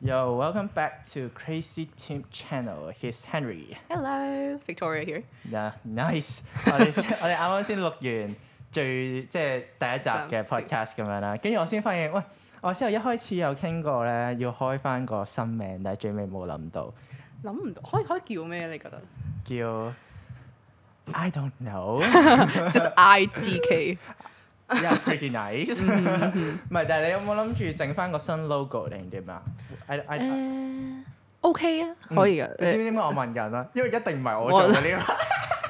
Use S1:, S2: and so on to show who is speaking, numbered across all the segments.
S1: Yo, welcome back to Crazy Team Channel. Here's Henry.
S2: Hello, Victoria here。
S1: 嗱，nice！我 哋我哋啱啱先錄完最即係第一集嘅
S2: 暫時
S1: podcast 咁樣啦，跟住我先發現，喂，我之後一開始有傾過咧，要開翻個新名，但係最尾冇諗到，
S2: 諗唔到，可以可以叫咩？你覺得
S1: 叫 I don't know。
S2: ？Just I D K。
S1: Yeah, pretty nice。唔係，但係你有冇諗住整翻個新 logo 定點啊？I I 你
S2: O K 啊，可以噶。
S1: 知唔知
S2: 誒
S1: 點解我問人啊？因為一定唔係我
S2: 我
S1: 做嘅呢個。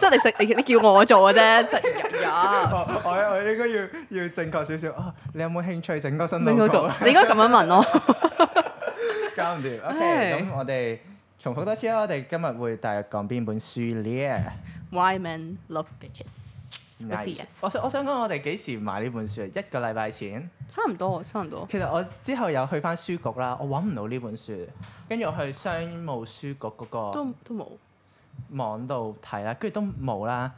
S2: 即係你食你你叫我做嘅啫，真 係 呀。
S1: 我哦我我應該要要正確少少啊！你有冇興趣整個新
S2: 你應該
S1: logo
S2: 咁
S1: 啊，
S2: 你應該咁樣問咯。
S1: 搞唔掂。
S2: 唉
S1: OK，咁我哋重複多次啊啦。我哋今日會大約講邊本書咧
S2: Why men love bitches？with the
S1: ？Nice
S2: S。
S1: 我想我想講我哋幾時買呢本書啊？一個禮拜前。
S2: 差唔多，差唔多。
S1: 其實我之後有去翻書局啦，我揾唔到呢本書，跟住我去商務書局嗰個
S2: 都都冇。
S1: 網度睇啦，跟住都冇啦。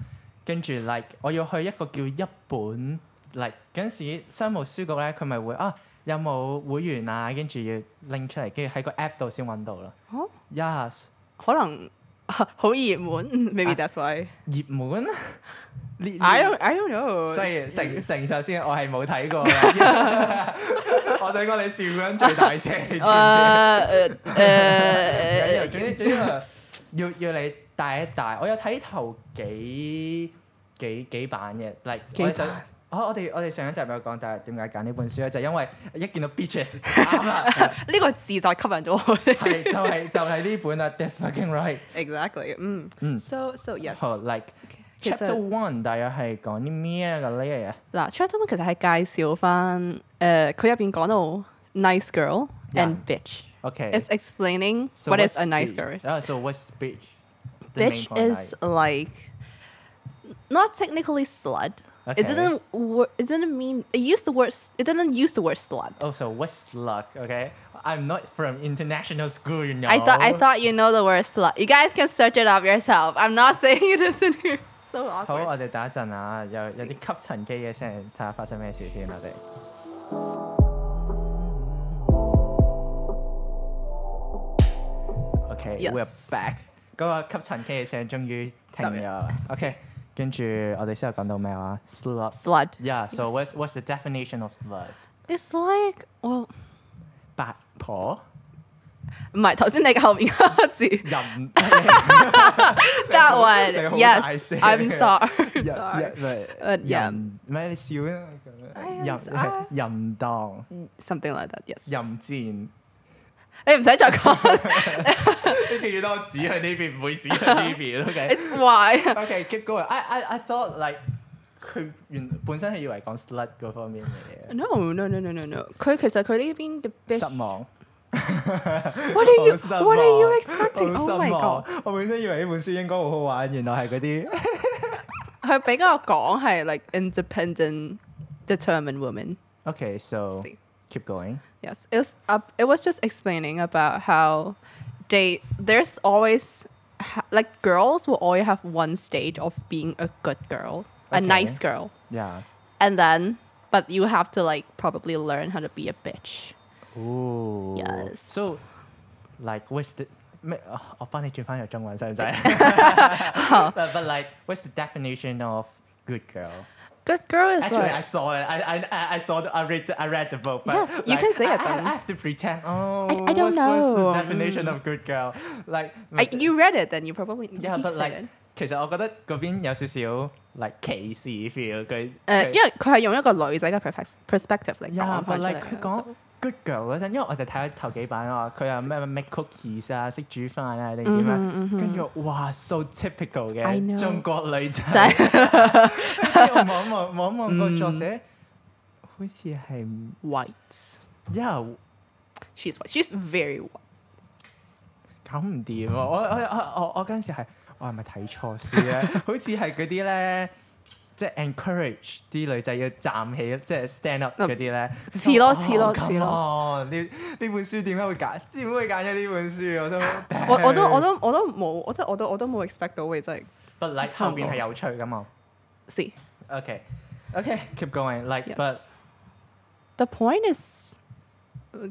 S1: 跟住 like 我要去一個叫一本 like 嗰陣時商務書局咧，佢咪會啊有冇會員啊，跟住要拎出嚟，跟住喺個 app 度先揾到啦。
S2: 哦
S1: Yes，
S2: 可能 好熱門，maybe that's why。
S1: 熱 門呢
S2: I don't I don't know。
S1: 所以承承受先，我係冇睇過 嘅。 我想講你笑緊最大聲，你知唔
S2: 誒
S1: 知？
S2: 誒
S1: 緊要
S2: 誒，
S1: 總之總之話要要你帶一帶。我有睇頭幾幾幾版嘅，例
S2: 幾
S1: 我
S2: 版
S1: 哋上哦，我哋我哋上一集有講，但係點解揀呢本書咧？就因為一見到 beaches 啱啦，
S2: 呢個字就係吸引咗我哋。
S1: 係就係就係呢本啦，That's fucking right。
S2: Exactly，嗯。
S1: 嗯
S2: So so yes。
S1: 好，like
S2: 其實
S1: chapter one 大約係講啲咩嘅咧？
S2: 嗱，Chapter One 其實係介紹翻誒，佢入邊講到 nice girl and bitch。
S1: Okay.
S2: It's explaining
S1: So
S2: what is a
S1: what's
S2: nice
S1: the-
S2: girl.
S1: Oh, so what's bitch? The main
S2: Bitch
S1: point,
S2: is like not technically slut.
S1: Okay.
S2: It didn't. Wor- it didn't mean. It used the word. s- It didn't use the word slut.
S1: like- Oh, so what's luck? Okay, I'm not from international school, you know.
S2: I thought. I thought you know the word slut. You guys can search it up yourself. I'm not saying it isn't here. So
S1: 好，
S2: awkward.
S1: 我哋打一陣啊，有有啲吸塵機嘅聲，睇下發生咩事先，我哋。
S2: Yes
S1: OK，we're back。嗰個吸塵機嘅聲終於停咗啦。OK，跟住我哋先頭講到咩話？Slut。
S2: Slut.
S1: Yeah，so what's what's the definition of slut？
S2: It's like well，
S1: 八婆
S2: 唔係頭先你嘅後面嗰個字。
S1: 淫。
S2: That
S1: 你
S2: one.
S1: 好大
S2: Yes.
S1: 聲
S2: I'm sorry. I'm
S1: 淫
S2: sorry.
S1: 淫
S2: Uh,
S1: 淫唔係你笑啦，
S2: 哎呀
S1: 咁樣淫淫蕩
S2: Something like that. Yes.
S1: 淫 賤。
S2: 你唔使再 講
S1: 你記住多指去呢邊，唔會指去呢邊。OK。
S2: ，it's why
S1: OK, keep going. I I I thought like 佢原本身係以為講 slut 嗰方面嘅
S2: no no no no no no。佢其實佢呢邊嘅
S1: 嘢，
S2: bitch。
S1: 失 望。
S2: What are you
S1: 好失望
S2: What are you expecting?
S1: 好
S2: Oh
S1: 失
S2: my
S1: 望
S2: god！
S1: 我本身以為呢本書應該好好玩，原來係嗰啲
S2: 佢比較講係 like independent, determined woman.
S1: OK, so
S2: See.
S1: keep going.
S2: Yes, it was up. It was just explaining about how they there's always ha- like girls will always have one stage of being a good girl, a
S1: Okay.
S2: nice girl,
S1: Yeah.
S2: and then but you have to like probably learn how to be a bitch.
S1: Ooh.
S2: Yes.
S1: So like what's the uh, 咩？我我幫你轉翻入中文，使唔使 ？But but like what's the definition of good girl?
S2: Good girl is
S1: Actually, I
S2: like
S1: saw it. I I I- I saw. The, I read. The, I read the book. But
S2: Yes, you can say
S1: I,
S2: it
S1: I-
S2: then.
S1: I, have to pretend. Oh,
S2: I don't
S1: what's,
S2: know.
S1: What's the definition of good girl? Like,
S2: I, you read it, then you probably you
S1: yeah,
S2: can
S1: but
S2: say
S1: like,
S2: it.
S1: 其實我覺得嗰邊有少少 like 歧視 feel 佢。佢
S2: 誒，因為佢係用一個女仔嘅 perfect- perspective 嚟
S1: Yeah,
S2: 講
S1: but
S2: 翻出
S1: like
S2: 嚟
S1: 佢
S2: 嘅
S1: 講
S2: so-
S1: good girl 嗰陣，因為我就睇咗頭幾版啊，佢話咩咩 make cookies 啊，識煮飯啊定
S2: Mm-hmm.
S1: 點啊，跟住我哇 so typical
S2: 嗯 I
S1: 嘅
S2: know
S1: 中國女 仔。
S2: 就係嗯
S1: 跟 住 我望一望望一望個作者，好似係
S2: white.
S1: yeah。
S2: She's white. She's very white.
S1: 搞唔掂喎！我我我我我嗰陣時係我係咪睇錯書 咧？好似係嗰啲咧，即係 encourage 啲女仔要站起，即係 stand up
S2: 嗯
S1: 嗰啲咧。
S2: 似咯
S1: 我
S2: 似咯
S1: 哦，come
S2: 似
S1: ！on，呢呢本書點解會揀？點解會揀咗呢本書？我都
S2: 我我都我。都我都冇，我真係我都我都冇 expect 到嘅，真係
S1: But like
S2: 差
S1: 後
S2: 唔多
S1: 邊係有趣噶嘛
S2: See,
S1: ？OK OK，keep going。Like but
S2: yes. The point is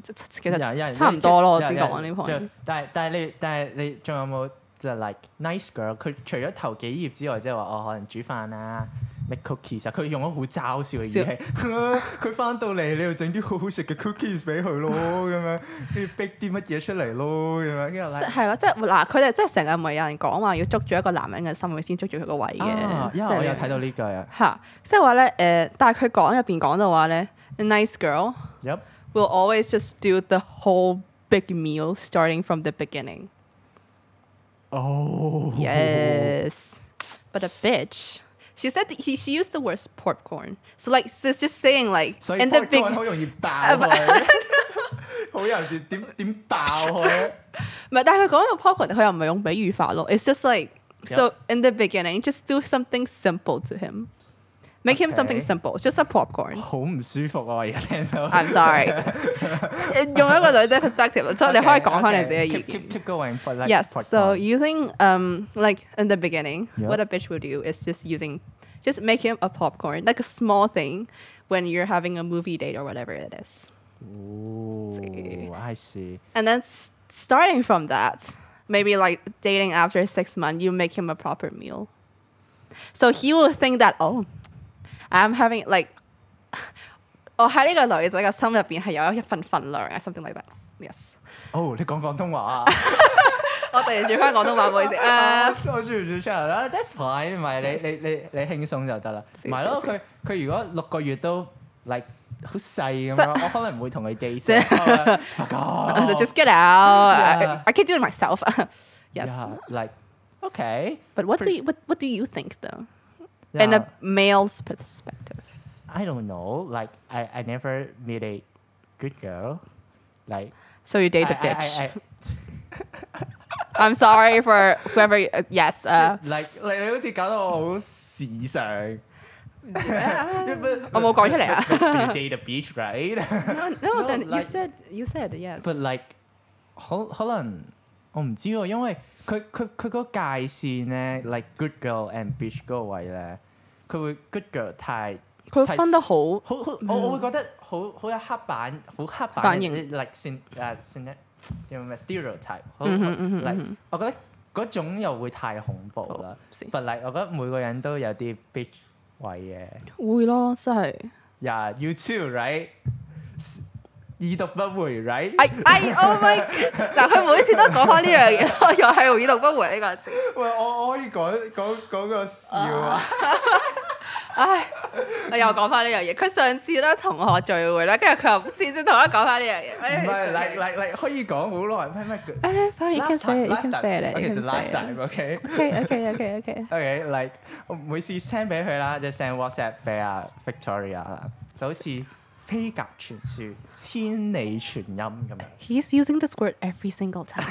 S2: 其實
S1: 有有人
S2: 差唔多咯
S1: 有有
S2: 邊個玩呢
S1: 有
S2: 行
S1: 就但係但係你但係你仲有冇就 like nice girl？佢除咗頭幾頁之外，即係話哦我可能煮飯啊。make cookies 啊！佢用咗好嘲笑嘅語氣， 佢翻到嚟你要整啲好好食嘅 cookies 俾佢咯，咁樣跟住 bake 啲乜嘢出嚟咯，咁樣跟住我
S2: 即
S1: like
S2: 係咯，即係嗱，佢哋即係成日唔係有人講話要捉住一個男人嘅心，佢先捉住佢個位
S1: 啊
S2: 嘅，，即
S1: 因為我有
S2: 係
S1: 睇到呢句啊
S2: 嚇，即係話咧誒，但係佢講入邊講到話咧，a nice girl
S1: ，Yup，
S2: will always just do the whole big meal starting from the beginning。
S1: 哦
S2: Yes. But a bitch. She said that he, she used the word popcorn. So like she's just saying like
S1: 所以
S2: in
S1: 波
S2: the
S1: 個
S2: big
S1: 人好容易爆 佢，好有時點點爆佢。
S2: 唔係，但係佢講到 popcorn，佢又唔係用比喻法咯。It's just like so in the beginning, just do something simple to him. Make him something
S1: Okay.
S2: simple, just a popcorn.
S1: 好唔舒服啊！我而家聽到。
S2: I'm sorry. Eh, 用一個女仔 perspective，所以你可以講翻你自己嘅意
S1: keep-
S2: 見。
S1: keep keep going for like
S2: yes
S1: for
S2: so
S1: time.
S2: using um like in the beginning
S1: Yeah.
S2: what a bitch will do is just using just make him a popcorn like a small thing when you're having a movie date or whatever it is
S1: Ooh, I see.
S2: and then s- starting from that maybe like dating after six months you make him a proper meal so he will think that oh i'm having like oh, 我喺呢個女仔嘅心入邊係有一份份量嘅 something like that yes
S1: 哦，你講廣東話啊？ Oh,
S2: 我突然轉翻廣東話，唔好意思。誒、uh,，
S1: 我轉唔轉出嚟啦？That's fine，唔係你
S2: Yes.
S1: 你你你輕鬆就得啦。
S2: 是
S1: 唔係咯，
S2: 是
S1: 佢
S2: 是
S1: 佢如果六個月都 like 好細咁
S2: 即
S1: 樣，我可能唔會同佢 date 先。不
S2: So
S1: 過
S2: just get out. I-
S1: Oh. Yeah.
S2: I, I can do it myself. yes.
S1: ，like okay，
S2: But what do
S1: Pretty-
S2: you what what do you think though? In
S1: yeah.
S2: a male's perspective.
S1: I don't know. Like I, I never meet a good girl. Like
S2: So you date
S1: I,
S2: a bitch. I,
S1: I, I,
S2: am sorry for whoever. you- uh, yes. Uh,
S1: I, like 你你好似搞到我好時 尚。
S2: 我冇講出嚟啊。
S1: You date a bitch, right?
S2: no, no,
S1: No,
S2: Then
S1: like-
S2: you said you said yes.
S1: But like 可可能我唔知喎，因為佢佢佢嗰個界線咧，like good girl and bitch 嗰個位咧，佢會 good girl 太
S2: 佢
S1: 太
S2: 分得好
S1: 好好，我我會覺得好好有黑板，好黑板
S2: 反
S1: 嘅
S2: 應
S1: ，like 線誒線咧，叫咩 stereotype？好
S2: 嗯哼嗯哼
S1: like
S2: 嗯
S1: 我覺得嗰種又會太恐怖啦。
S2: 是
S1: But like 我覺得每個人都有啲 bitch 位嘅。
S2: 會咯，真係。
S1: Yeah, you too, right？已讀不回，right？
S2: 哎哎，Oh my！God 嗱，佢每一次都講翻呢樣嘢， 我又係耳讀不回呢個字。
S1: 喂，我我可以講講講個笑啊！
S2: 唉，我又講翻呢樣嘢。佢上次咧同學聚會咧，跟住佢又次次同我講翻呢樣
S1: 唔
S2: 嘢。唉
S1: 係
S2: 笑死
S1: 嚟嚟嚟，可以講好耐咩咩
S2: Eh, fine, you can
S1: ？Last
S2: say it. You
S1: time，last
S2: can say it.
S1: time，OK，the
S2: You can
S1: last
S2: say it.
S1: time，OK。
S2: Okay, okay, okay, okay.
S1: OK，like、我每次 send 俾佢啦，就 send WhatsApp 俾阿 Victoria 啦，就好似飛鴿傳書、千里傳音咁樣。
S2: He's using this word every single time.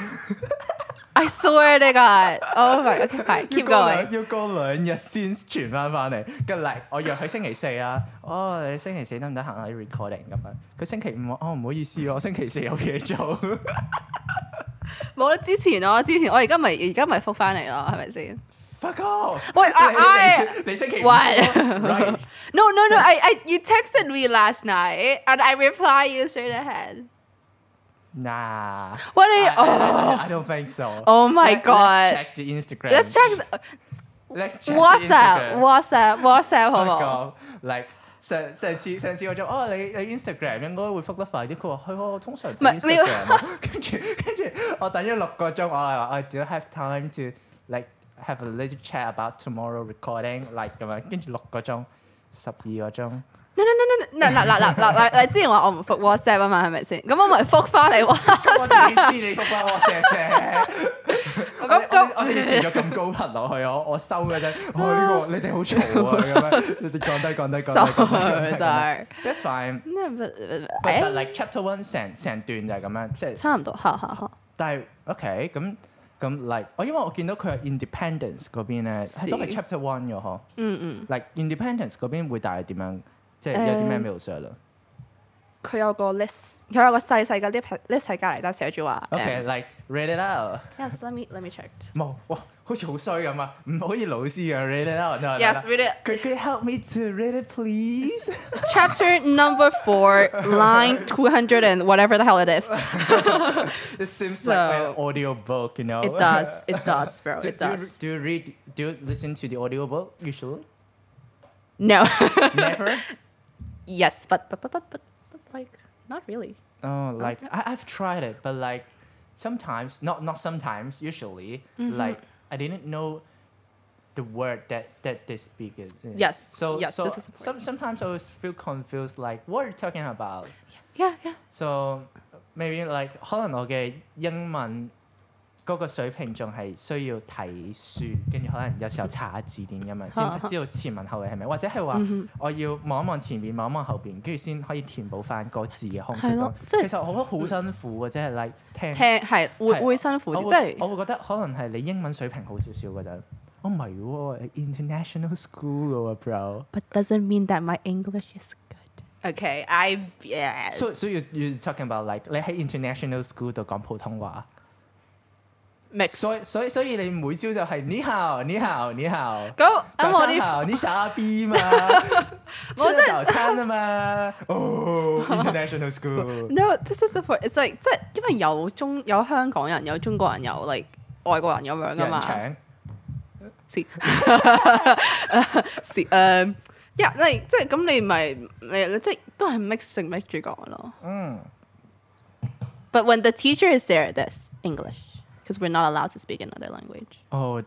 S2: I swear to God. Oh my. Okay, fine. Keep
S1: 要過
S2: going.
S1: 兩要過兩日先傳翻翻嚟，跟住嚟我約佢星期四啊，哦你星期四得唔得閒啊啲 recording 咁樣？佢星期五話哦唔好意思喎，我星期四有嘢做。
S2: 冇啦，之前咯，之前我而家咪而家咪覆翻嚟咯，係咪先
S1: Fuck off！
S2: 喂
S1: 你
S2: 啊哎
S1: 你你星期五
S2: 喂
S1: right？
S2: ？No, no, no. I, I, you texted me last night, and I reply you straight ahead.
S1: Nah.
S2: What
S1: I,
S2: are you?
S1: I-
S2: Oh,
S1: I, I don't think so.
S2: oh my
S1: Let- Let's
S2: God.
S1: check the Instagram.
S2: Let's check the-
S1: Let's check
S2: WhatsApp,
S1: the Instagram.
S2: WhatsApp, WhatsApp，好冇？
S1: 我講 like 上上次上次我就哦你你 "Ờ, Instagram 應該會覆得快啲，佢話係喎，我通常
S2: 唔係你
S1: Instagram 啊跟住跟住我等咗六個鐘，我係話 I "Ờ, do have time to like have a little chat about tomorrow recording like 咁樣，跟住六個鐘，十二個鐘。
S2: 嗱嗱嗱嗱嗱嗱，你之前話我唔覆 WhatsApp 啊嘛，係咪先？咁我咪覆翻你
S1: 我點
S2: WhatsApp。
S1: 知你覆翻 WhatsApp 啫？我
S2: 咁
S1: 哋
S2: 咁
S1: 我哋要持續咁高頻落去，我我收嘅啫。我呢個你哋好嘈啊咁樣，你哋降低降低降低降低降 低。降低
S2: Sorry，sorry。
S1: That's fine。
S2: 哎
S1: But like chapter one 成成段就係咁樣，即係
S2: 差唔多，好好好。
S1: 但係 OK 咁咁 like oh, 我因為我見到佢係 independence 嗰邊咧
S2: 是
S1: 係都係 chapter one 嘅嗬。
S2: 嗯嗯。Um,
S1: Like independence 嗰邊會大係點樣？即係有啲咩
S2: 誒
S1: 描述啦？
S2: 佢有個 list，佢有個細細嘅 list list 喺隔離，就寫住話
S1: OK，like read it out。
S2: um, Yes, let me let me check.
S1: 冇，哇，好似好衰咁啊！唔可以老師嘅 read it out。得啦
S2: Yes, read it.
S1: 佢佢 help me to read it please。
S2: Chapter number four, line two hundred and whatever the hell it is.
S1: It seems like an
S2: So-
S1: audio book, you know.
S2: It does. It does, bro.
S1: do,
S2: It
S1: do Oh. you-
S2: does.
S1: Do you read? Do you listen to the audio book usually?
S2: No.
S1: Never.
S2: yes, but but, but but but but like not really.
S1: Oh, like
S2: Okay.
S1: I, I've tried it, but like sometimes, not not sometimes, usually,
S2: Mm-hmm.
S1: like I didn't know the word that that they speak is. in.
S2: Yes,
S1: So
S2: yes,
S1: so
S2: this is
S1: some, sometimes I always feel confused, like what are you talking about?
S2: Yeah, yeah.
S1: So maybe like 可能我嘅英文嗰個水平仲係需要睇書，跟住可能有時候查下字典咁 樣，
S2: 哈
S1: 先知道前文後理係咪，或者係話
S2: Mm-hmm.
S1: 我要望一望前面，望一望後邊，跟住先可以填補翻個字嘅空缺
S2: 係
S1: 咁
S2: 咯。即係
S1: 其實我覺得好辛苦嘅，即係 like 聽，
S2: 聽係會
S1: 係
S2: 會辛苦
S1: 我
S2: 啲，
S1: 會
S2: 即係
S1: 我會覺得可能係你英文水平好少少 Oh 嗰陣。我唔係喎我係，international school 嘅喎，bro。
S2: But doesn't mean that my English is good. Okay, I yeah.
S1: So so you you talking about like 你喺 international school 度講普通話。
S2: mix.
S1: 所以所以所以你每朝就係你好你好你好，
S2: 咁咁
S1: 早
S2: 我
S1: 上
S2: 啲
S1: 好，你傻逼嘛？啊吃
S2: 我真
S1: 了早
S2: 係
S1: 餐了嗎？哦，international school，
S2: no, this is the point. It's like 即係因為有中有香港人有中國人有 like 外國人 咁樣噶啊
S1: 人
S2: 嘛。
S1: 搶
S2: 是 是誒呀，你即係咁你咪你你即係都係 mix 成 mix 住講咯。
S1: 嗯
S2: But when the teacher is there, that's English, because we're not allowed to speak another language.
S1: 哦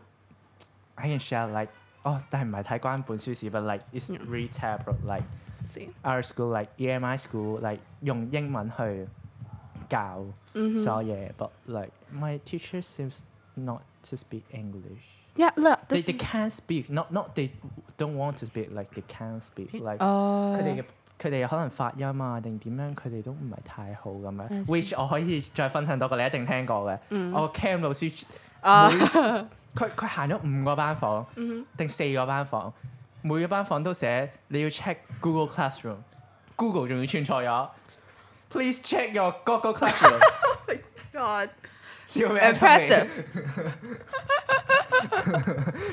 S1: ，I can share like 哦，但係唔係睇關本書事，but like it's read tab like
S2: 是
S1: our school like EMI school like 用英文去教
S2: Mm-hmm
S1: 所有嘢，but like my teacher seems not to speak English。
S2: Yeah, look.
S1: they,
S2: This
S1: they can't speak not not they don't want to speak like they can't speak like 佢哋
S2: 哦
S1: 嘅佢哋可能發音啊定點樣佢哋都唔係太好咁樣
S2: I see 嗯
S1: which 我可以再分享多個你一定聽過嘅
S2: Mm.
S1: 我個 cam 老師
S2: 啊
S1: 每 次佢佢行咗五個班房
S2: Mm-hmm.
S1: 定四個班房每個班房都寫你要 check Google Classroom Google 仲要串錯咗 please check your Google Classroom
S2: Oh God.
S1: 笑咩
S2: Impressive.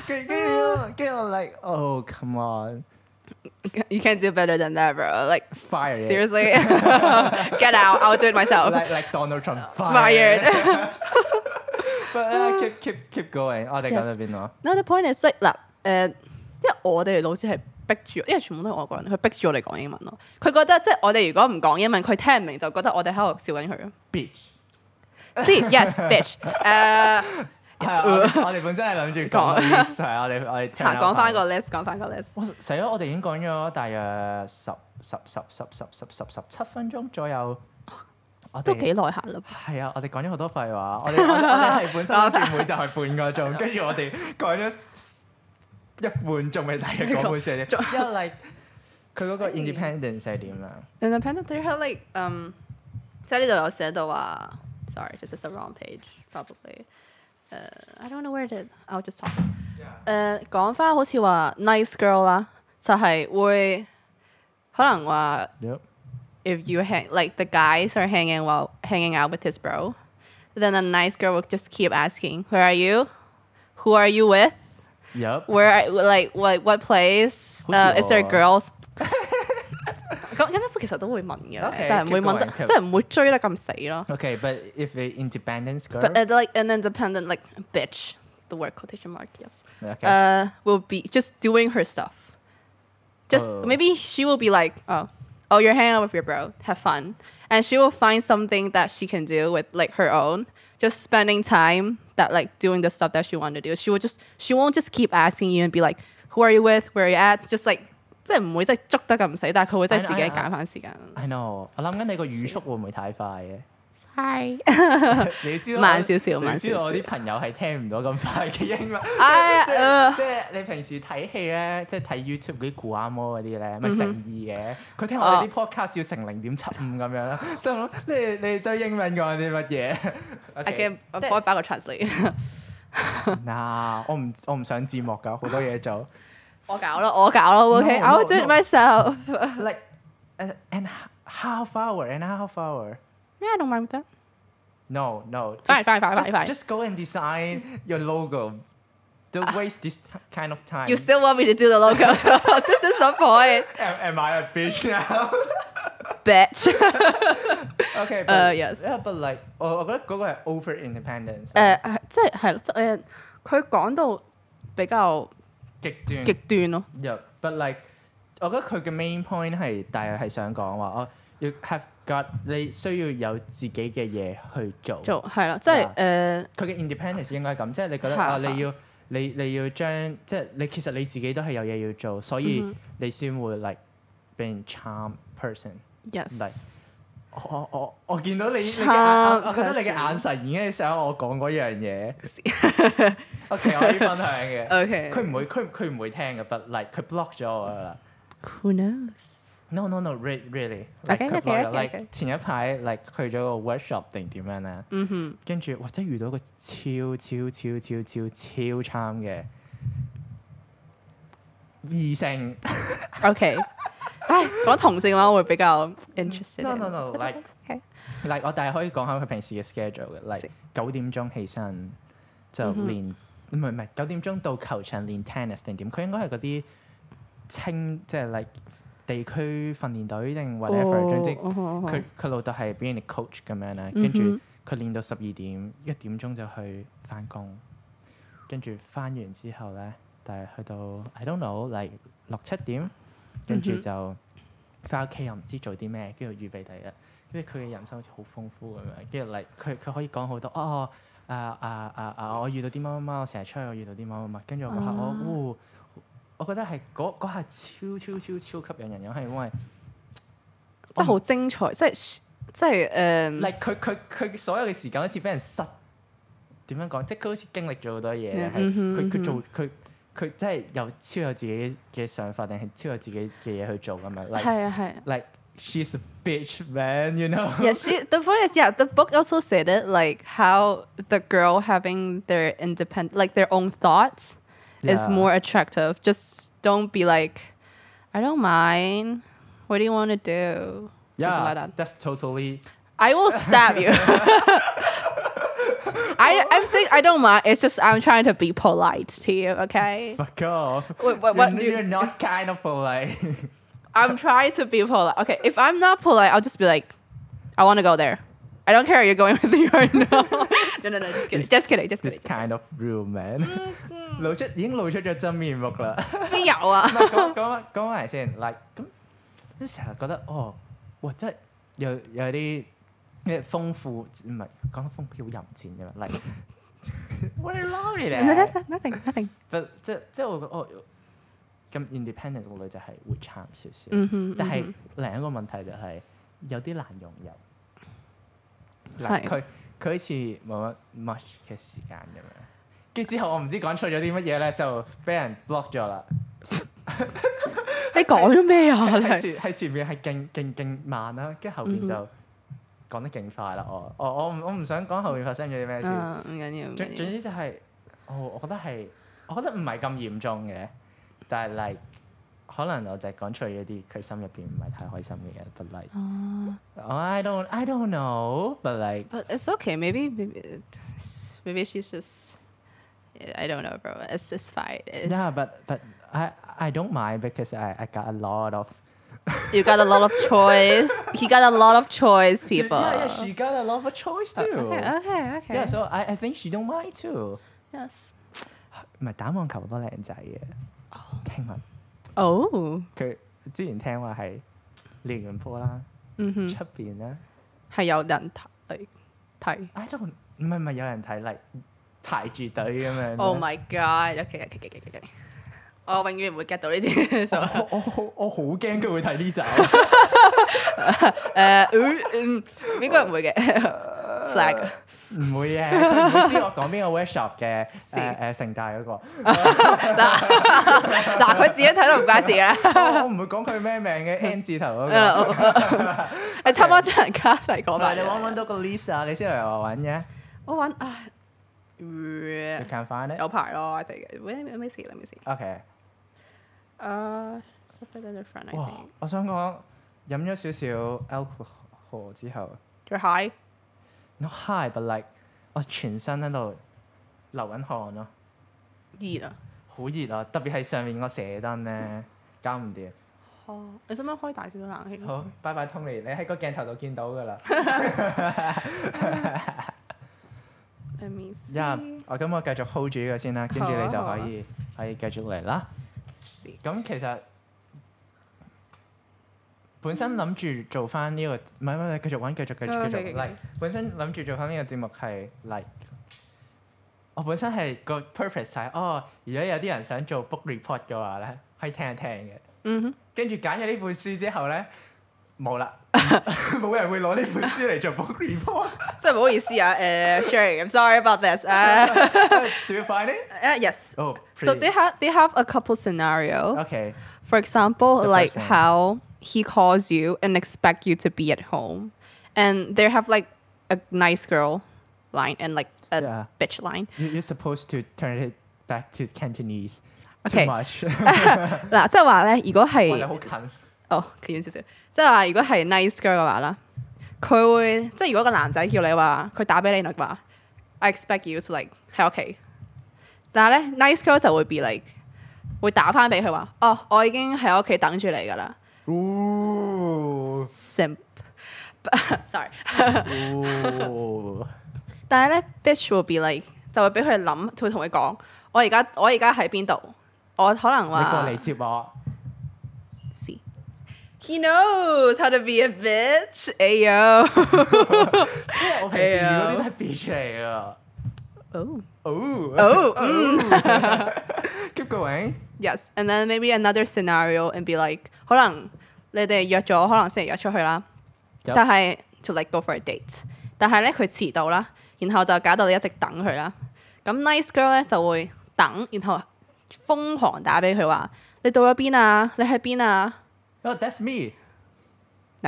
S1: 跟跟住跟住我 like oh come on
S2: You can't do better than that, bro. Like
S1: fire it
S2: seriously, get out. I'll do it myself.
S1: like like Donald Trump
S2: Uh, Fired.
S1: fired. But uh, keep keep keep going. 我哋講到邊度啊
S2: No, the point is like 嗱，誒、因為我哋老師係逼住，因為全部都係外國人，佢逼住我哋講英文咯。佢覺得即係我哋如果唔講英文，佢聽唔明就覺得我哋喺度笑緊 佢咯。
S1: ？Bitch。
S2: See, yes, bitch. 誒、
S1: 係啊我哋我哋本身係諗住講
S2: 呃講
S1: list，係啊我哋我哋聽
S2: 行講翻
S1: 個。
S2: 個 list，講翻個 list。
S1: 哇死啦！我哋已經講咗大約十十十十十十十十七分鐘左右。我
S2: 都
S1: 哋
S2: 幾耐下啦。
S1: 係啊！我哋講咗好多廢話。我哋我哋我哋 係本身諗住每集係半個鐘，跟住我哋講咗一半，仲未大約講半小時。因為 like 佢嗰個 independence 係點樣？
S2: And dependent there are like um 即係呢度有寫到話，sorry, uh, this is a wrong page probably. 誒、I don't know where it. is. I'll just talk. 誒講翻好似話 nice girl 啦，就係會可能話。
S1: Yep.
S2: if you hang like the guys are hanging while hanging out with his bro, then a nice girl will just keep asking, "Where are you? Who are you with?
S1: Yep.
S2: Where are, like what what place?
S1: Who's
S2: Uh, is there
S1: your-
S2: girls?" 咁咁樣其實都會問嘅
S1: Okay，
S2: 但係唔會
S1: keep
S2: 問得
S1: going，keep-
S2: 即係唔會追得咁死咯。
S1: Okay, but if a independence girl,
S2: But uh, like an independent like bitch, the word quotation mark yes,
S1: okay,
S2: uh, will be just doing her stuff. Just
S1: Oh.
S2: maybe she will be like, oh, oh, you're hanging out with your bro, have fun, and she will find something that she can do with like her own. Just spending time that like doing the stuff that she wanted to do. She will just she won't just keep asking you and be like, who are you with? Where are you at? Just like
S1: 係啊，係啊，
S2: 即係唔會真係捉得咁死，但係佢會真係自己揀翻時間。
S1: I know，我諗緊你個語速會唔會太快嘅？
S2: Sorry.
S1: 你知道我
S2: 慢少少
S1: 你
S2: 慢
S1: 知道我
S2: 少
S1: 啲
S2: 少
S1: 朋友係聽唔到咁快嘅英 文。
S2: 哎
S1: 即係
S2: 呃
S1: 即係你平時睇戲咧，即係睇 YouTube 嗰啲古阿摩嗰啲咧，
S2: 嗯
S1: 咪乘二嘅。佢聽我
S2: 哦
S1: 哋啲 podcast 要乘零點七五咁樣啦， 心諗你哋你哋對英文講啲乜嘢
S2: I
S1: ？Okay，
S2: can avoid back a translate。
S1: 嗱，我唔我唔想字幕㗎，好多嘢 做。
S2: 我搞咯，我搞咯，OK，
S1: No,
S2: I
S1: no,
S2: will do it
S1: no.
S2: myself。
S1: like uh, and h- half hour and a half hour.
S2: Yeah, I don't mind with that.
S1: No, no.
S2: Fine,
S1: just-
S2: fine, fine,
S1: just,
S2: fine, fine.
S1: Just go and design your logo. Don't waste this t- kind of time.
S2: Ah. You still want me to do the logo? so this is the point,
S1: am, am I a bitch now？
S2: bitch.
S1: OK，
S2: 誒，yes Uh, Uh,
S1: but like，我我覺得嗰個係 over independence，
S2: 誒、係即係係咯，即係誒佢講到比較
S1: 極端。
S2: 極端咯。
S1: Yeah, but like，我覺得佢嘅 main point 係大約係想講話，我要 have got 你需要有自己嘅嘢去做。
S2: 做係啦，即係誒
S1: 佢嘅 independence 應該係咁，即係你覺得
S2: 係
S1: 啊，
S2: 係
S1: 你要你你要將即係你其實你自己都係有嘢要做，所
S2: 嗯
S1: 以你先會 like being charm person。
S2: yes，
S1: 我我我我見到你你嘅
S2: Charm
S1: 眼，我覺得你嘅
S2: person
S1: 眼神已經係想我講嗰樣嘢。OK，我可以 分享嘅。
S2: OK
S1: 佢唔會佢佢唔會聽嘅，but like 佢 block 咗我啦。
S2: who knows？
S1: No no no, re- really. Like,
S2: Okay,
S1: 佢
S2: okay,
S1: blog 咗
S2: okay,
S1: like
S2: okay.
S1: 前一排 like 去咗個 workshop 定點樣咧？
S2: 嗯哼，
S1: 跟住或者遇到個超超超超超超慘嘅異性。
S2: OK，唉，講同性嘅話，我會比較 interested。
S1: No, no, no, like-
S2: OK，
S1: like 我但係可以講下佢平時嘅 schedule 嘅
S2: 是
S1: ，like 九點鐘起身就
S2: 嗯哼
S1: 練，唔係唔係九點鐘到球場練 tennis 定點？佢應該係嗰啲青即係 like 地區訓練隊定 whatever，總之佢
S2: 佢
S1: 佢老豆係 being a coach 咁樣啦，
S2: 哦嗯哼
S1: 跟住哦佢練到十二點，一點鐘就去翻工，跟住翻完之後咧，但係去到 I don't know 嚟六七點，跟住
S2: 嗯哼
S1: 就翻屋企又唔知做啲咩，跟住預備第日，跟住佢嘅人生好似好豐富咁樣，跟住嚟佢佢可以講好多哦。啊啊啊啊！我遇到啲乜乜乜，我成日出去，我遇到啲乜乜乜，跟住我嗰下我，
S2: 啊
S1: 呼，我覺得係嗰嗰下超超超超級引人，又係因為
S2: 真係好精彩，即係即係誒
S1: like 佢佢佢所有嘅時間好似俾人塞，點樣講？即係佢好似經歷咗好多嘢，係
S2: 嗯哼
S1: 佢佢
S2: 嗯哼
S1: 做佢佢真係有超有自己嘅想法，定係超有自己嘅嘢去做咁樣。Like
S2: 係啊係啊。
S1: like she's a bitch man, you know?
S2: yeah, she, the point is, yeah, the book also said it, like how the girl having their independent, like their own thoughts, is
S1: Yeah.
S2: more attractive. Just don't be like, I don't mind. What do you want to do? Something like
S1: Yeah,
S2: that.
S1: that's totally.
S2: I will stab you. I, I'm saying I don't mind. It's just I'm trying to be polite to you, okay?
S1: Fuck off.
S2: Wait, what- what
S1: you're,
S2: do you-
S1: you're not kind of polite.
S2: I'm trying to be polite. Okay, if I'm not polite, I'll just be like, I want to go there. I don't care. You're going with me or no? no, no, no. Just kidding. Just kidding. Just
S1: This
S2: kidding.
S1: kind of rude man.
S2: Mm-hmm
S1: 露出已經露出咗真面目啦。
S2: 邊有啊？
S1: 講講埋講埋先，like 咁，即係成日覺得哦，哇！真係有有啲咩豐富，唔係講得豐富好淫賤啫嘛，like what are you laughing at？
S2: nothing, nothing.
S1: 不即即係我覺得哦，咁 independent 個女仔係會慘少少，
S2: 嗯哼，
S1: 但係另一個問題就係、有啲難融入。嗱，
S2: 係
S1: 佢佢好似冇乜 much 嘅時間咁樣，跟住之後我唔知講錯咗啲乜嘢咧，就俾人 block 咗啦。
S2: 你講咗咩啊？
S1: 喺
S2: 你
S1: 前喺前面係勁勁勁慢啦，跟住後邊就講得勁快啦。我我我唔我唔想講後面發生咗啲咩事。
S2: 嗯，唔緊要，唔
S1: 總
S2: 緊
S1: 總
S2: 要。
S1: 之就係、我我覺得係我覺得唔係咁嚴重嘅，但係 like 可能我就係講出咗啲佢心入邊唔係太開心嘅嘢。But like
S2: 哦
S1: I don't I don't know. But like
S2: Uh, ，but it's okay. Maybe, maybe, maybe she's just. I don't know, bro. It's it's fine. It's,
S1: yeah, but but I I don't mind because I I got a lot of
S2: You got a lot of choice. He got a lot of choice, people. Oh,
S1: Yeah, yeah, she got a lot of choice too.
S2: Okay, okay, okay.
S1: Yeah, so I I think she don't mind too.
S2: Yes.
S1: 唔係打網球都靚仔嘅，
S2: 哦
S1: 聽聞
S2: Oh.
S1: 佢之前聽話係練完波啦，
S2: 嗯哼，
S1: 出邊啦
S2: 係有人睇嚟睇。
S1: ，I don't 唔係唔係有人睇嚟排住隊咁樣。
S2: Oh my god. Okay, okay, okay, okay, okay. Oh, 我永遠唔會 get 到呢啲。so-
S1: 我我好我好驚佢會睇呢集，
S2: 誒，嗯，應該唔會嘅。flag
S1: 唔會嘅，佢唔會知我講邊個 workshop 嘅，
S2: 是
S1: 誒誒城大嗰個，
S2: 嗱，佢自己睇都唔關事 嘅。
S1: 我我唔會講佢咩名嘅 N 字頭嗰個。
S2: 你差唔多將人家細
S1: 嗱，
S2: 講埋
S1: 你
S2: 嚟。
S1: 揾唔揾到個 list 啊？你先嚟我揾嘅
S2: 我揾唉
S1: ，you can find it。
S2: 有排咯，I oh, think。Wait, let me see, let me see.
S1: OK，
S2: Uh, something in the front, I
S1: 哇
S2: think.！
S1: 我想講飲咗少少 alcohol 之後
S2: You're high。
S1: ，not high but like 我全身喺度流緊汗咯，
S2: 熱啊！
S1: 好熱啊！特別係上面個射燈咧，搞唔掂。
S2: 哦，你使唔使開大少少冷氣？
S1: 好，拜拜 Tony，你喺個鏡頭度見到㗎啦。
S2: Let me
S1: 一，
S2: see
S1: 我哦咁我繼續 hold 住呢個先啦，跟住
S2: 好啊
S1: 你就
S2: 好啊
S1: 可以可以繼續嚟啦。
S2: see。
S1: 咁其實本身諗住做翻呢、個，唔係唔係，繼續揾，繼續繼續繼
S2: 哦 OK，OK，OK
S1: 續。like 本身諗住做翻呢個節目係 like，我本身係個 purpose 係哦，如果有啲人想做 book report 嘅話咧，可以聽一聽嘅。
S2: 嗯哼，
S1: 跟住揀咗呢本書之後咧，冇 啦，冇人會攞呢本書嚟做 book report。
S2: 真係唔好意思啊，誒 Sherry，I'm uh, sorry about this。誒
S1: Do you find it?
S2: 誒，yes。
S1: Oh,
S2: So they have they have a couple scenario.
S1: okay.
S2: For example,
S1: The
S2: like
S1: first one.
S2: how he calls you and expect you to be at home, and they have like a nice girl line and like a
S1: Yeah.
S2: bitch line.
S1: You, you're supposed to turn it back to Cantonese.
S2: Okay.
S1: Too much.
S2: 嗱，即係話咧，如果
S1: 哇你
S2: 係
S1: 好近。
S2: 哦，佢遠少少，即係話如果係 nice girl 嘅話啦，佢會即係如果個男仔叫你話，佢打俾你嘅話，I expect you to like 喺屋企，但係咧 nice girl 就會 be like 會打翻俾佢話，哦，我已經喺屋企等住你噶啦
S1: Ooh.
S2: ，simp，sorry。
S1: Ooh.
S2: 但係咧，bitch will be like 就會俾佢諗，佢會同佢講：我而家我而家喺邊度？我可能
S1: 你過
S2: 話
S1: 嚟接我。
S2: 是 He knows how to be a bitch。哎呦，
S1: 我平時遇嗰
S2: 哎
S1: 啲
S2: 呦
S1: 都係 bitch 嚟㗎。
S2: 哦
S1: Oh.
S2: 哦，嗯
S1: Keep going.
S2: ，yes，and then maybe another scenario and be like，可能你哋約咗，可能星期日出去啦
S1: Yep
S2: 但係 to like go for a date，但係咧佢遲到啦，然後就搞到你一直等佢啦。咁 nice girl 咧就會等，然後瘋狂打俾佢話：你到咗邊啊？你喺邊啊？
S1: Oh, that's me.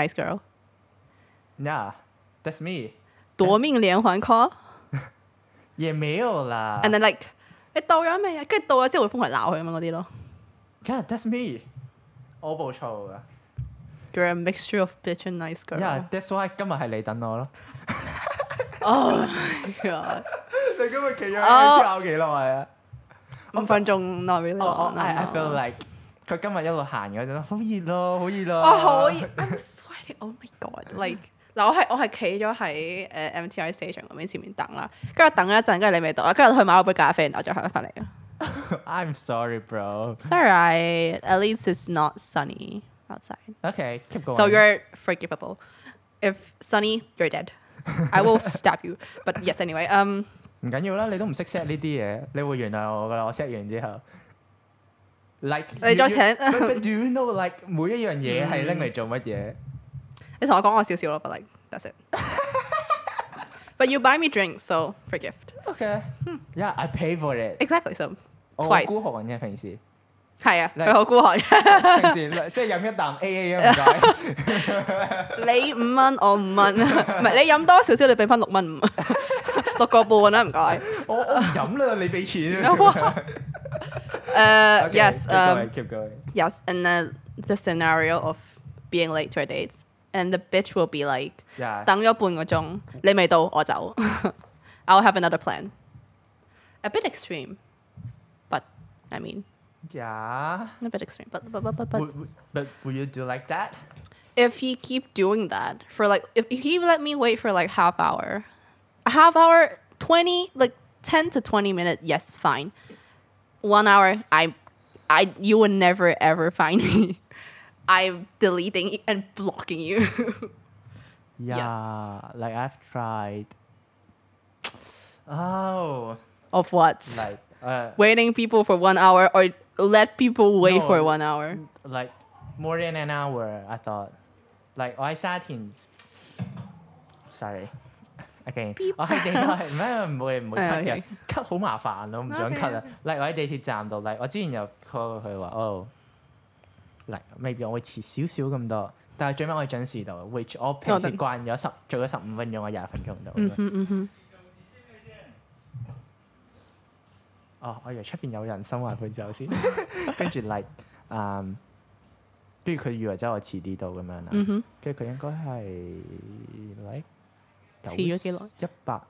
S2: Nice girl，
S1: Yeah, that's me.
S2: 奪命連環
S1: 啊
S2: call，and
S1: 也沒有啦。
S2: then like 你到咗未啊？跟住到咗之後會瘋狂鬧佢咁樣嗰啲咯。
S1: Yeah, that's me. 我冇錯㗎。
S2: You're a mixture of bitch and nice girl。
S1: Yeah, that's why 今日係你等我咯。
S2: Oh my god！
S1: 你今日企咗
S2: 哦
S1: 拗幾耐啊？
S2: 五分鐘 not really
S1: 我我
S2: long。
S1: Ờ, I I feel like 佢今日一路行嗰陣，好熱咯，好熱咯。
S2: 我好，I'm sweating。Oh my god！Like 嗱，我係我係企咗喺誒 MTI station 嗰邊前面等啦，跟住等咗一陣，跟住你未到啦，跟住去買咗杯咖啡，然後再行翻嚟啦。
S1: I'm sorry, bro.
S2: Sorry, at least it's not sunny outside.
S1: Okay, keep going.
S2: So you're forgivable. If sunny, you're dead. I will stab you. But yes, anyway. Um,
S1: 唔緊要啦，你都唔識 set à. 呢啲嘢，你會原諒我噶啦。我 set 完之後，like
S2: 你再
S1: you-
S2: 請
S1: But- but do you know like 每一樣嘢係
S2: Ừ.
S1: 拎嚟做乜嘢？
S2: 你同我講我少少咯，but like that's it. but you buy me drinks, so for gift.
S1: Okay. Hmm. Yeah, I pay for it.
S2: Exactly. So
S1: 我好
S2: Twice
S1: 孤寒嘅平 時，
S2: 係啊，
S1: 你
S2: 佢好孤寒。
S1: 平時即係飲一啖 A A 啊，唔 該。
S2: 你五蚊，我五蚊，唔係你飲多少少，你俾翻六蚊五， 六個半啦，唔該。
S1: 我我唔飲啦，你俾錢。
S2: 誒
S1: Okay,
S2: Uh, yes，
S1: keep
S2: um, 誒
S1: going, keep going.
S2: yes, and then the scenario of being late to a date, and the bitch will be like.
S1: Yeah.
S2: 等咗半個鐘，你未到我走。I'll have another plan. A bit extreme, but I mean
S1: Yeah.
S2: a bit extreme. But but but but, but
S1: Would- would- But would you do like that?
S2: if he keep doing that for like if if he let me wait for like half hour, a half hour twenty like ten to twenty minute yes fine. One hour I I you would never ever find me. I'm deleting and blocking you. Yes.
S1: Yeah, like I've tried. Oh,
S2: of what?
S1: like uh,
S2: waiting people for one hour or let people wait
S1: No.
S2: for one hour.
S1: like more than an hour. I thought, like oh, 我喺沙田，sorry。again，我 Oh, 喺地 鐵，唔係唔會唔會 cut 嘅
S2: Oh, Okay.
S1: ，cut 好麻煩咯，唔想
S2: Okay,
S1: cut 啊。嚟我喺地鐵站度，嚟我之前有 call 佢話，哦，嚟 maybe 我會遲少少咁多，但係最尾我係準時到，which 我平時
S2: 得
S1: 慣咗十做咗十五分鐘，我廿分鐘到。
S2: Mm-hmm,
S1: Oh, 哦，我以為出邊有人心話佢走先，跟住 like 嗯跟住佢以為真係我遲啲到咁樣啦。
S2: 嗯哼，
S1: 跟住佢應該係嚟
S2: 遲咗幾耐？
S1: 一百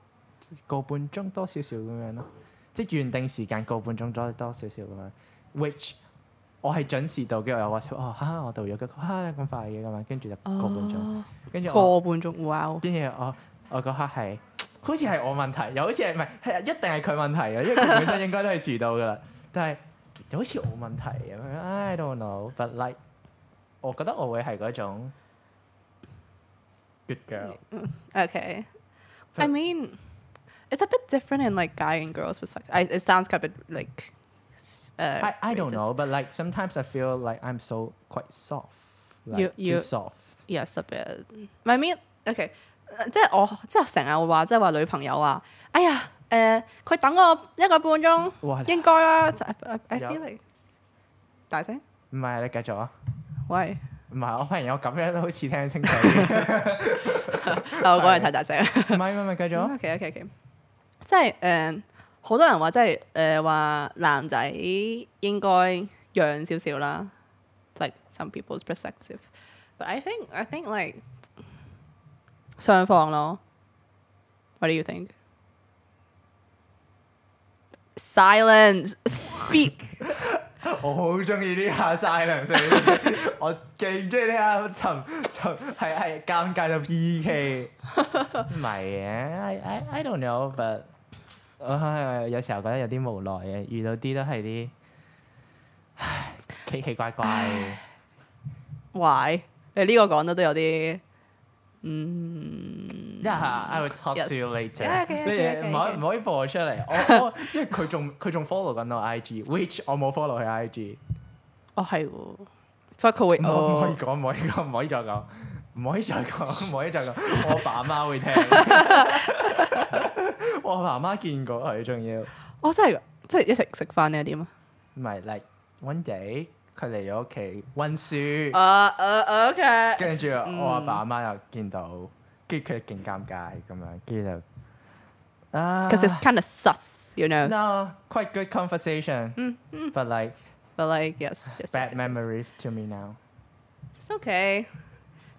S1: 個半鐘多少少咁樣咯，即係原定時間個半鐘多多少少咁樣。which 我係準時到，跟住我話哦嚇、我到咗，佢話嚇咁快嘅咁樣，跟住就個半鐘，
S2: 哦
S1: 跟住我
S2: 個半鐘，哇！
S1: 跟住我我嗰刻係好似係我問題，又好似係唔係係一定係佢問題嘅，因為佢本身應該都係遲到噶啦， 但係又好似我問題咁樣，I don't know，but like 我覺得我會係嗰種 good girl。
S2: Okay. I
S1: But-
S2: mean, it's a bit different in like guy and girls' perspective. I, it sounds kind of like. s- Uh,
S1: I, I don't
S2: racist.
S1: know, but like sometimes I feel like I'm so quite soft, like
S2: You- you-
S1: too soft.
S2: Yes, a bit. I mean, okay. 呃即係我即係成日會話，即係話女朋友話，哎呀，誒、佢等我一個半鐘，
S1: 哇！
S2: 應該啦。就 I, I- I
S1: 有
S2: feel like 大聲，
S1: 唔係你繼續啊，
S2: 喂，
S1: 唔係我發現我咁樣都好似聽得清楚 啲，
S2: 啊我講嘢太大聲。
S1: 唔係唔係繼續啊，
S2: O K O K O K，即係誒，好、多人話即係誒話男仔應該讓少少啦，like some people's perspective。But I think I think like 雙方咯。What do you think? Silence. Speak.
S1: 我好中意呢下 silence，我 勁中意呢下沉沉係係尷尬到 PK，唔係嘅，I I I don't know，but 我係有時候覺得有啲無奈嘅，遇到啲都係啲唉奇奇怪怪嘅。
S2: 嗯 Why？你呢個講得都有啲嗯
S1: Yeah, I will talk
S2: Yes.
S1: to you later.
S2: Yeah, okay, okay,
S1: 你哋唔可
S2: okay,
S1: 以
S2: okay.
S1: 唔可以播出嚟？我我因為佢仲佢仲 follow 緊我 IG，which 我冇 follow 佢 IG。
S2: 哦係喎，所以佢會
S1: 唔可以
S2: 哦
S1: 講，唔可以講，唔可以再講，唔可以再 講，唔可以再講。我爸媽會聽。我爸媽見過佢，仲要唔
S2: 我真係㗎即係一齊食飯定係點啊？
S1: 係 like one day 佢嚟咗屋企温書，
S2: 啊啊 OK，
S1: 跟住我阿爸阿媽又見到，跟住佢勁尷尬咁樣，跟住就啊。
S2: because it's kind of sus, you know.
S1: À, Ah. No, quite good conversation. But like
S2: But like yes, yes, yes,
S1: bad
S2: yes, yes.
S1: memories to me now.
S2: It's okay.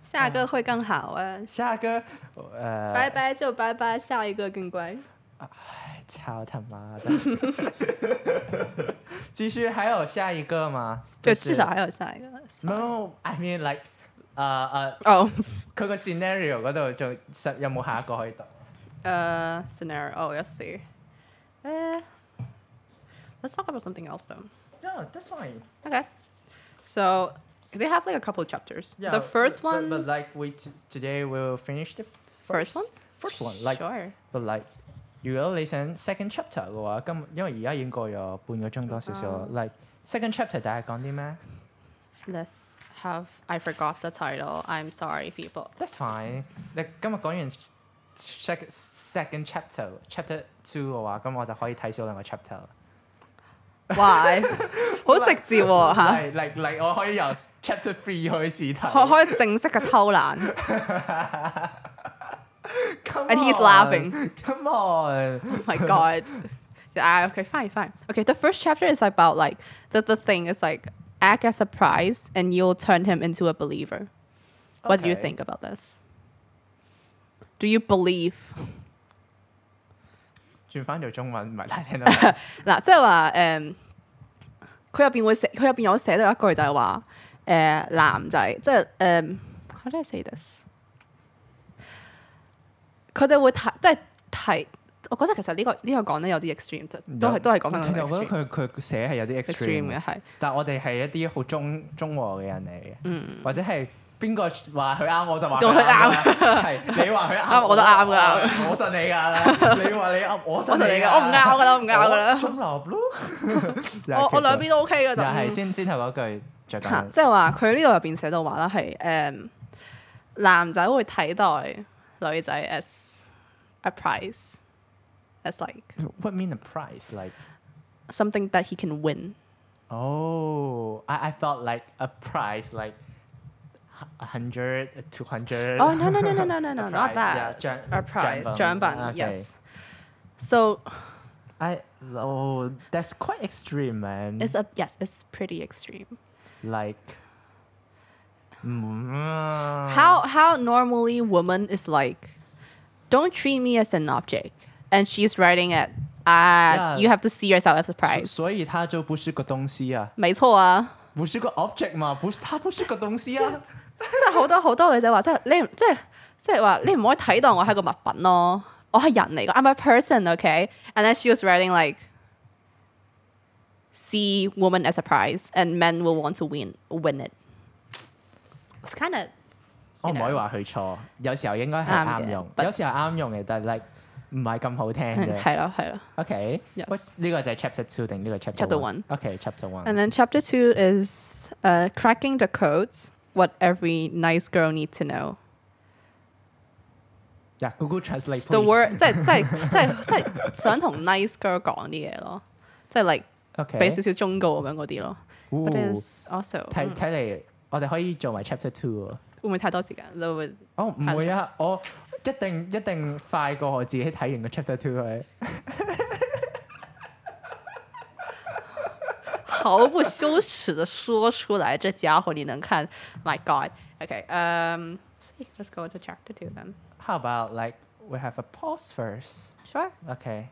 S2: 下个会更好啊！
S1: 下個呃，
S2: 拜拜就拜拜，下一个更乖。
S1: 啊操他妈的！ 继续，还有下一个吗？
S2: 对，
S1: 就是
S2: 至少还有下一个。
S1: No, I mean like 誒誒，
S2: 哦，
S1: 佢個 scenario 嗰度仲實有冇下一個可以讀？
S2: 呃，scenario. Oh, let's see. 呃 let's talk about something else though.
S1: No, that's fine.
S2: Okay. So they have like a couple chapters. The first
S1: but-
S2: one.
S1: but, but like we t- today we will finish the
S2: First one?
S1: First one, like
S2: sure.
S1: But like，如果你想 second chapter 嘅話，今因為而家已經過咗半個鐘多少少
S2: 嗯
S1: 啦。Like second chapter 大家講啲咩
S2: ，Let's have. I forgot the title. I'm sorry, people.
S1: ？That's fine。你今日講完 second second chapter chapter two 嘅話，咁我就可以睇少兩個 chapter 啦。
S2: Why？好直接喎嚇。
S1: 嚟嚟嚟，我可以由 chapter three 開始
S2: 可
S1: 睇。
S2: 可以正式嘅偷懶
S1: Come
S2: and he's
S1: on,
S2: laughing.
S1: Come on。
S2: Oh my god. Ah, okay, fine, fine. Okay, the first chapter is about like the the thing is like act as a prize and you'll turn him into a believer. What do you
S1: Okay.
S2: think about this? Do you believe
S1: 轉翻做中文唔係太聽得明。
S2: 嗱，即係話誒，嗯佢入邊會寫，佢入邊有寫到一句就係話誒男仔，即係誒、嗯 how do I say this？佢哋會睇，即係睇，我覺得其實呢、個呢、個講得有啲 extreme，即 係都係都係講緊
S1: 其實
S2: 個
S1: 我覺
S2: extreme
S1: 得佢佢寫係有啲
S2: extreme
S1: extreme
S2: 嘅係，
S1: 但我哋係一啲好中中和嘅人嚟嘅，
S2: 嗯
S1: 或者係邊個話佢啱我就話
S2: 咁佢
S1: 啱啦，係你話佢
S2: 啱
S1: 啱
S2: 我都啱㗎
S1: 我信你㗎，你話你啱我
S2: 我
S1: 信你
S2: 同你
S1: 㗎，
S2: 講，我唔拗㗎啦，我唔拗㗎
S1: 我
S2: 啦，
S1: 中立 咯，
S2: 我我兩邊都 OK 㗎，
S1: 又係
S2: 就
S1: 先先頭嗰句再
S2: 嚇
S1: 講，
S2: 即係話佢呢度入邊寫到話啦，係誒、嗯男仔會睇待女仔 as a prize，as like。
S1: What mean a prize like
S2: something that he can win.
S1: oh I I felt like a prize like a hundred two hundred
S2: Oh no no no no no no no
S1: A
S2: not
S1: prize,
S2: that.
S1: yeah,
S2: A
S1: Jan-
S2: prize,
S1: Jamban.
S2: jamban,
S1: Okay.
S2: yes. So
S1: I oh that's quite extreme man Uh-huh.
S2: it's a yes, it's pretty extreme.
S1: like 嗯
S2: How how normally woman is like, don't treat me as an object, and she's writing it. Ah,
S1: Yeah.
S2: you have to see yourself as a
S1: 所
S2: prize.
S1: 所以它就不是个东西啊，
S2: 没錯啊。
S1: 不是个 object 嘛，不是它不是个东 西啊。
S2: 即係好多好多女仔話，即係你唔即係即係話你唔可以睇當我係個物品咯，我係人嚟噶，I'm a person，OK？And、then she was writing like see woman as a prize and men will want to win win it. It's kind of
S1: 我唔可以
S2: know
S1: 話佢錯，有時候應該係
S2: 啱嘅
S1: Oh 啱用，
S2: but-
S1: 有時候啱用嘅，但係 like 唔係咁好聽嘅。
S2: 係咯係咯。
S1: OK，
S2: Yes
S1: 喂呢個就係 chapter two 定呢個 chapter
S2: Chapter one
S1: one？OK，chapter one。
S2: And then chapter two is uh, cracking the codes. What every nice girl needs to know.
S1: Yeah, Google Translate
S2: The
S1: please.
S2: word 即係即係即係即係想同 nice girl 講啲嘢咯，即係 like
S1: OK，
S2: 俾少少忠告咁樣嗰啲咯。
S1: 哦
S2: But it's also
S1: 睇
S2: 嗯
S1: 睇嚟，我哋可以做埋 chapter two 喎。
S2: 會唔會太多時間？你會
S1: 哦，唔會啊，我一定一定快過我自己睇完個 chapter two 佢。
S2: 毫不羞恥的說出來，這家伙你能看？My God。Okay, um, see, let's go to chapter two then.
S1: How about like we have a pause first?
S2: Sure.
S1: Okay.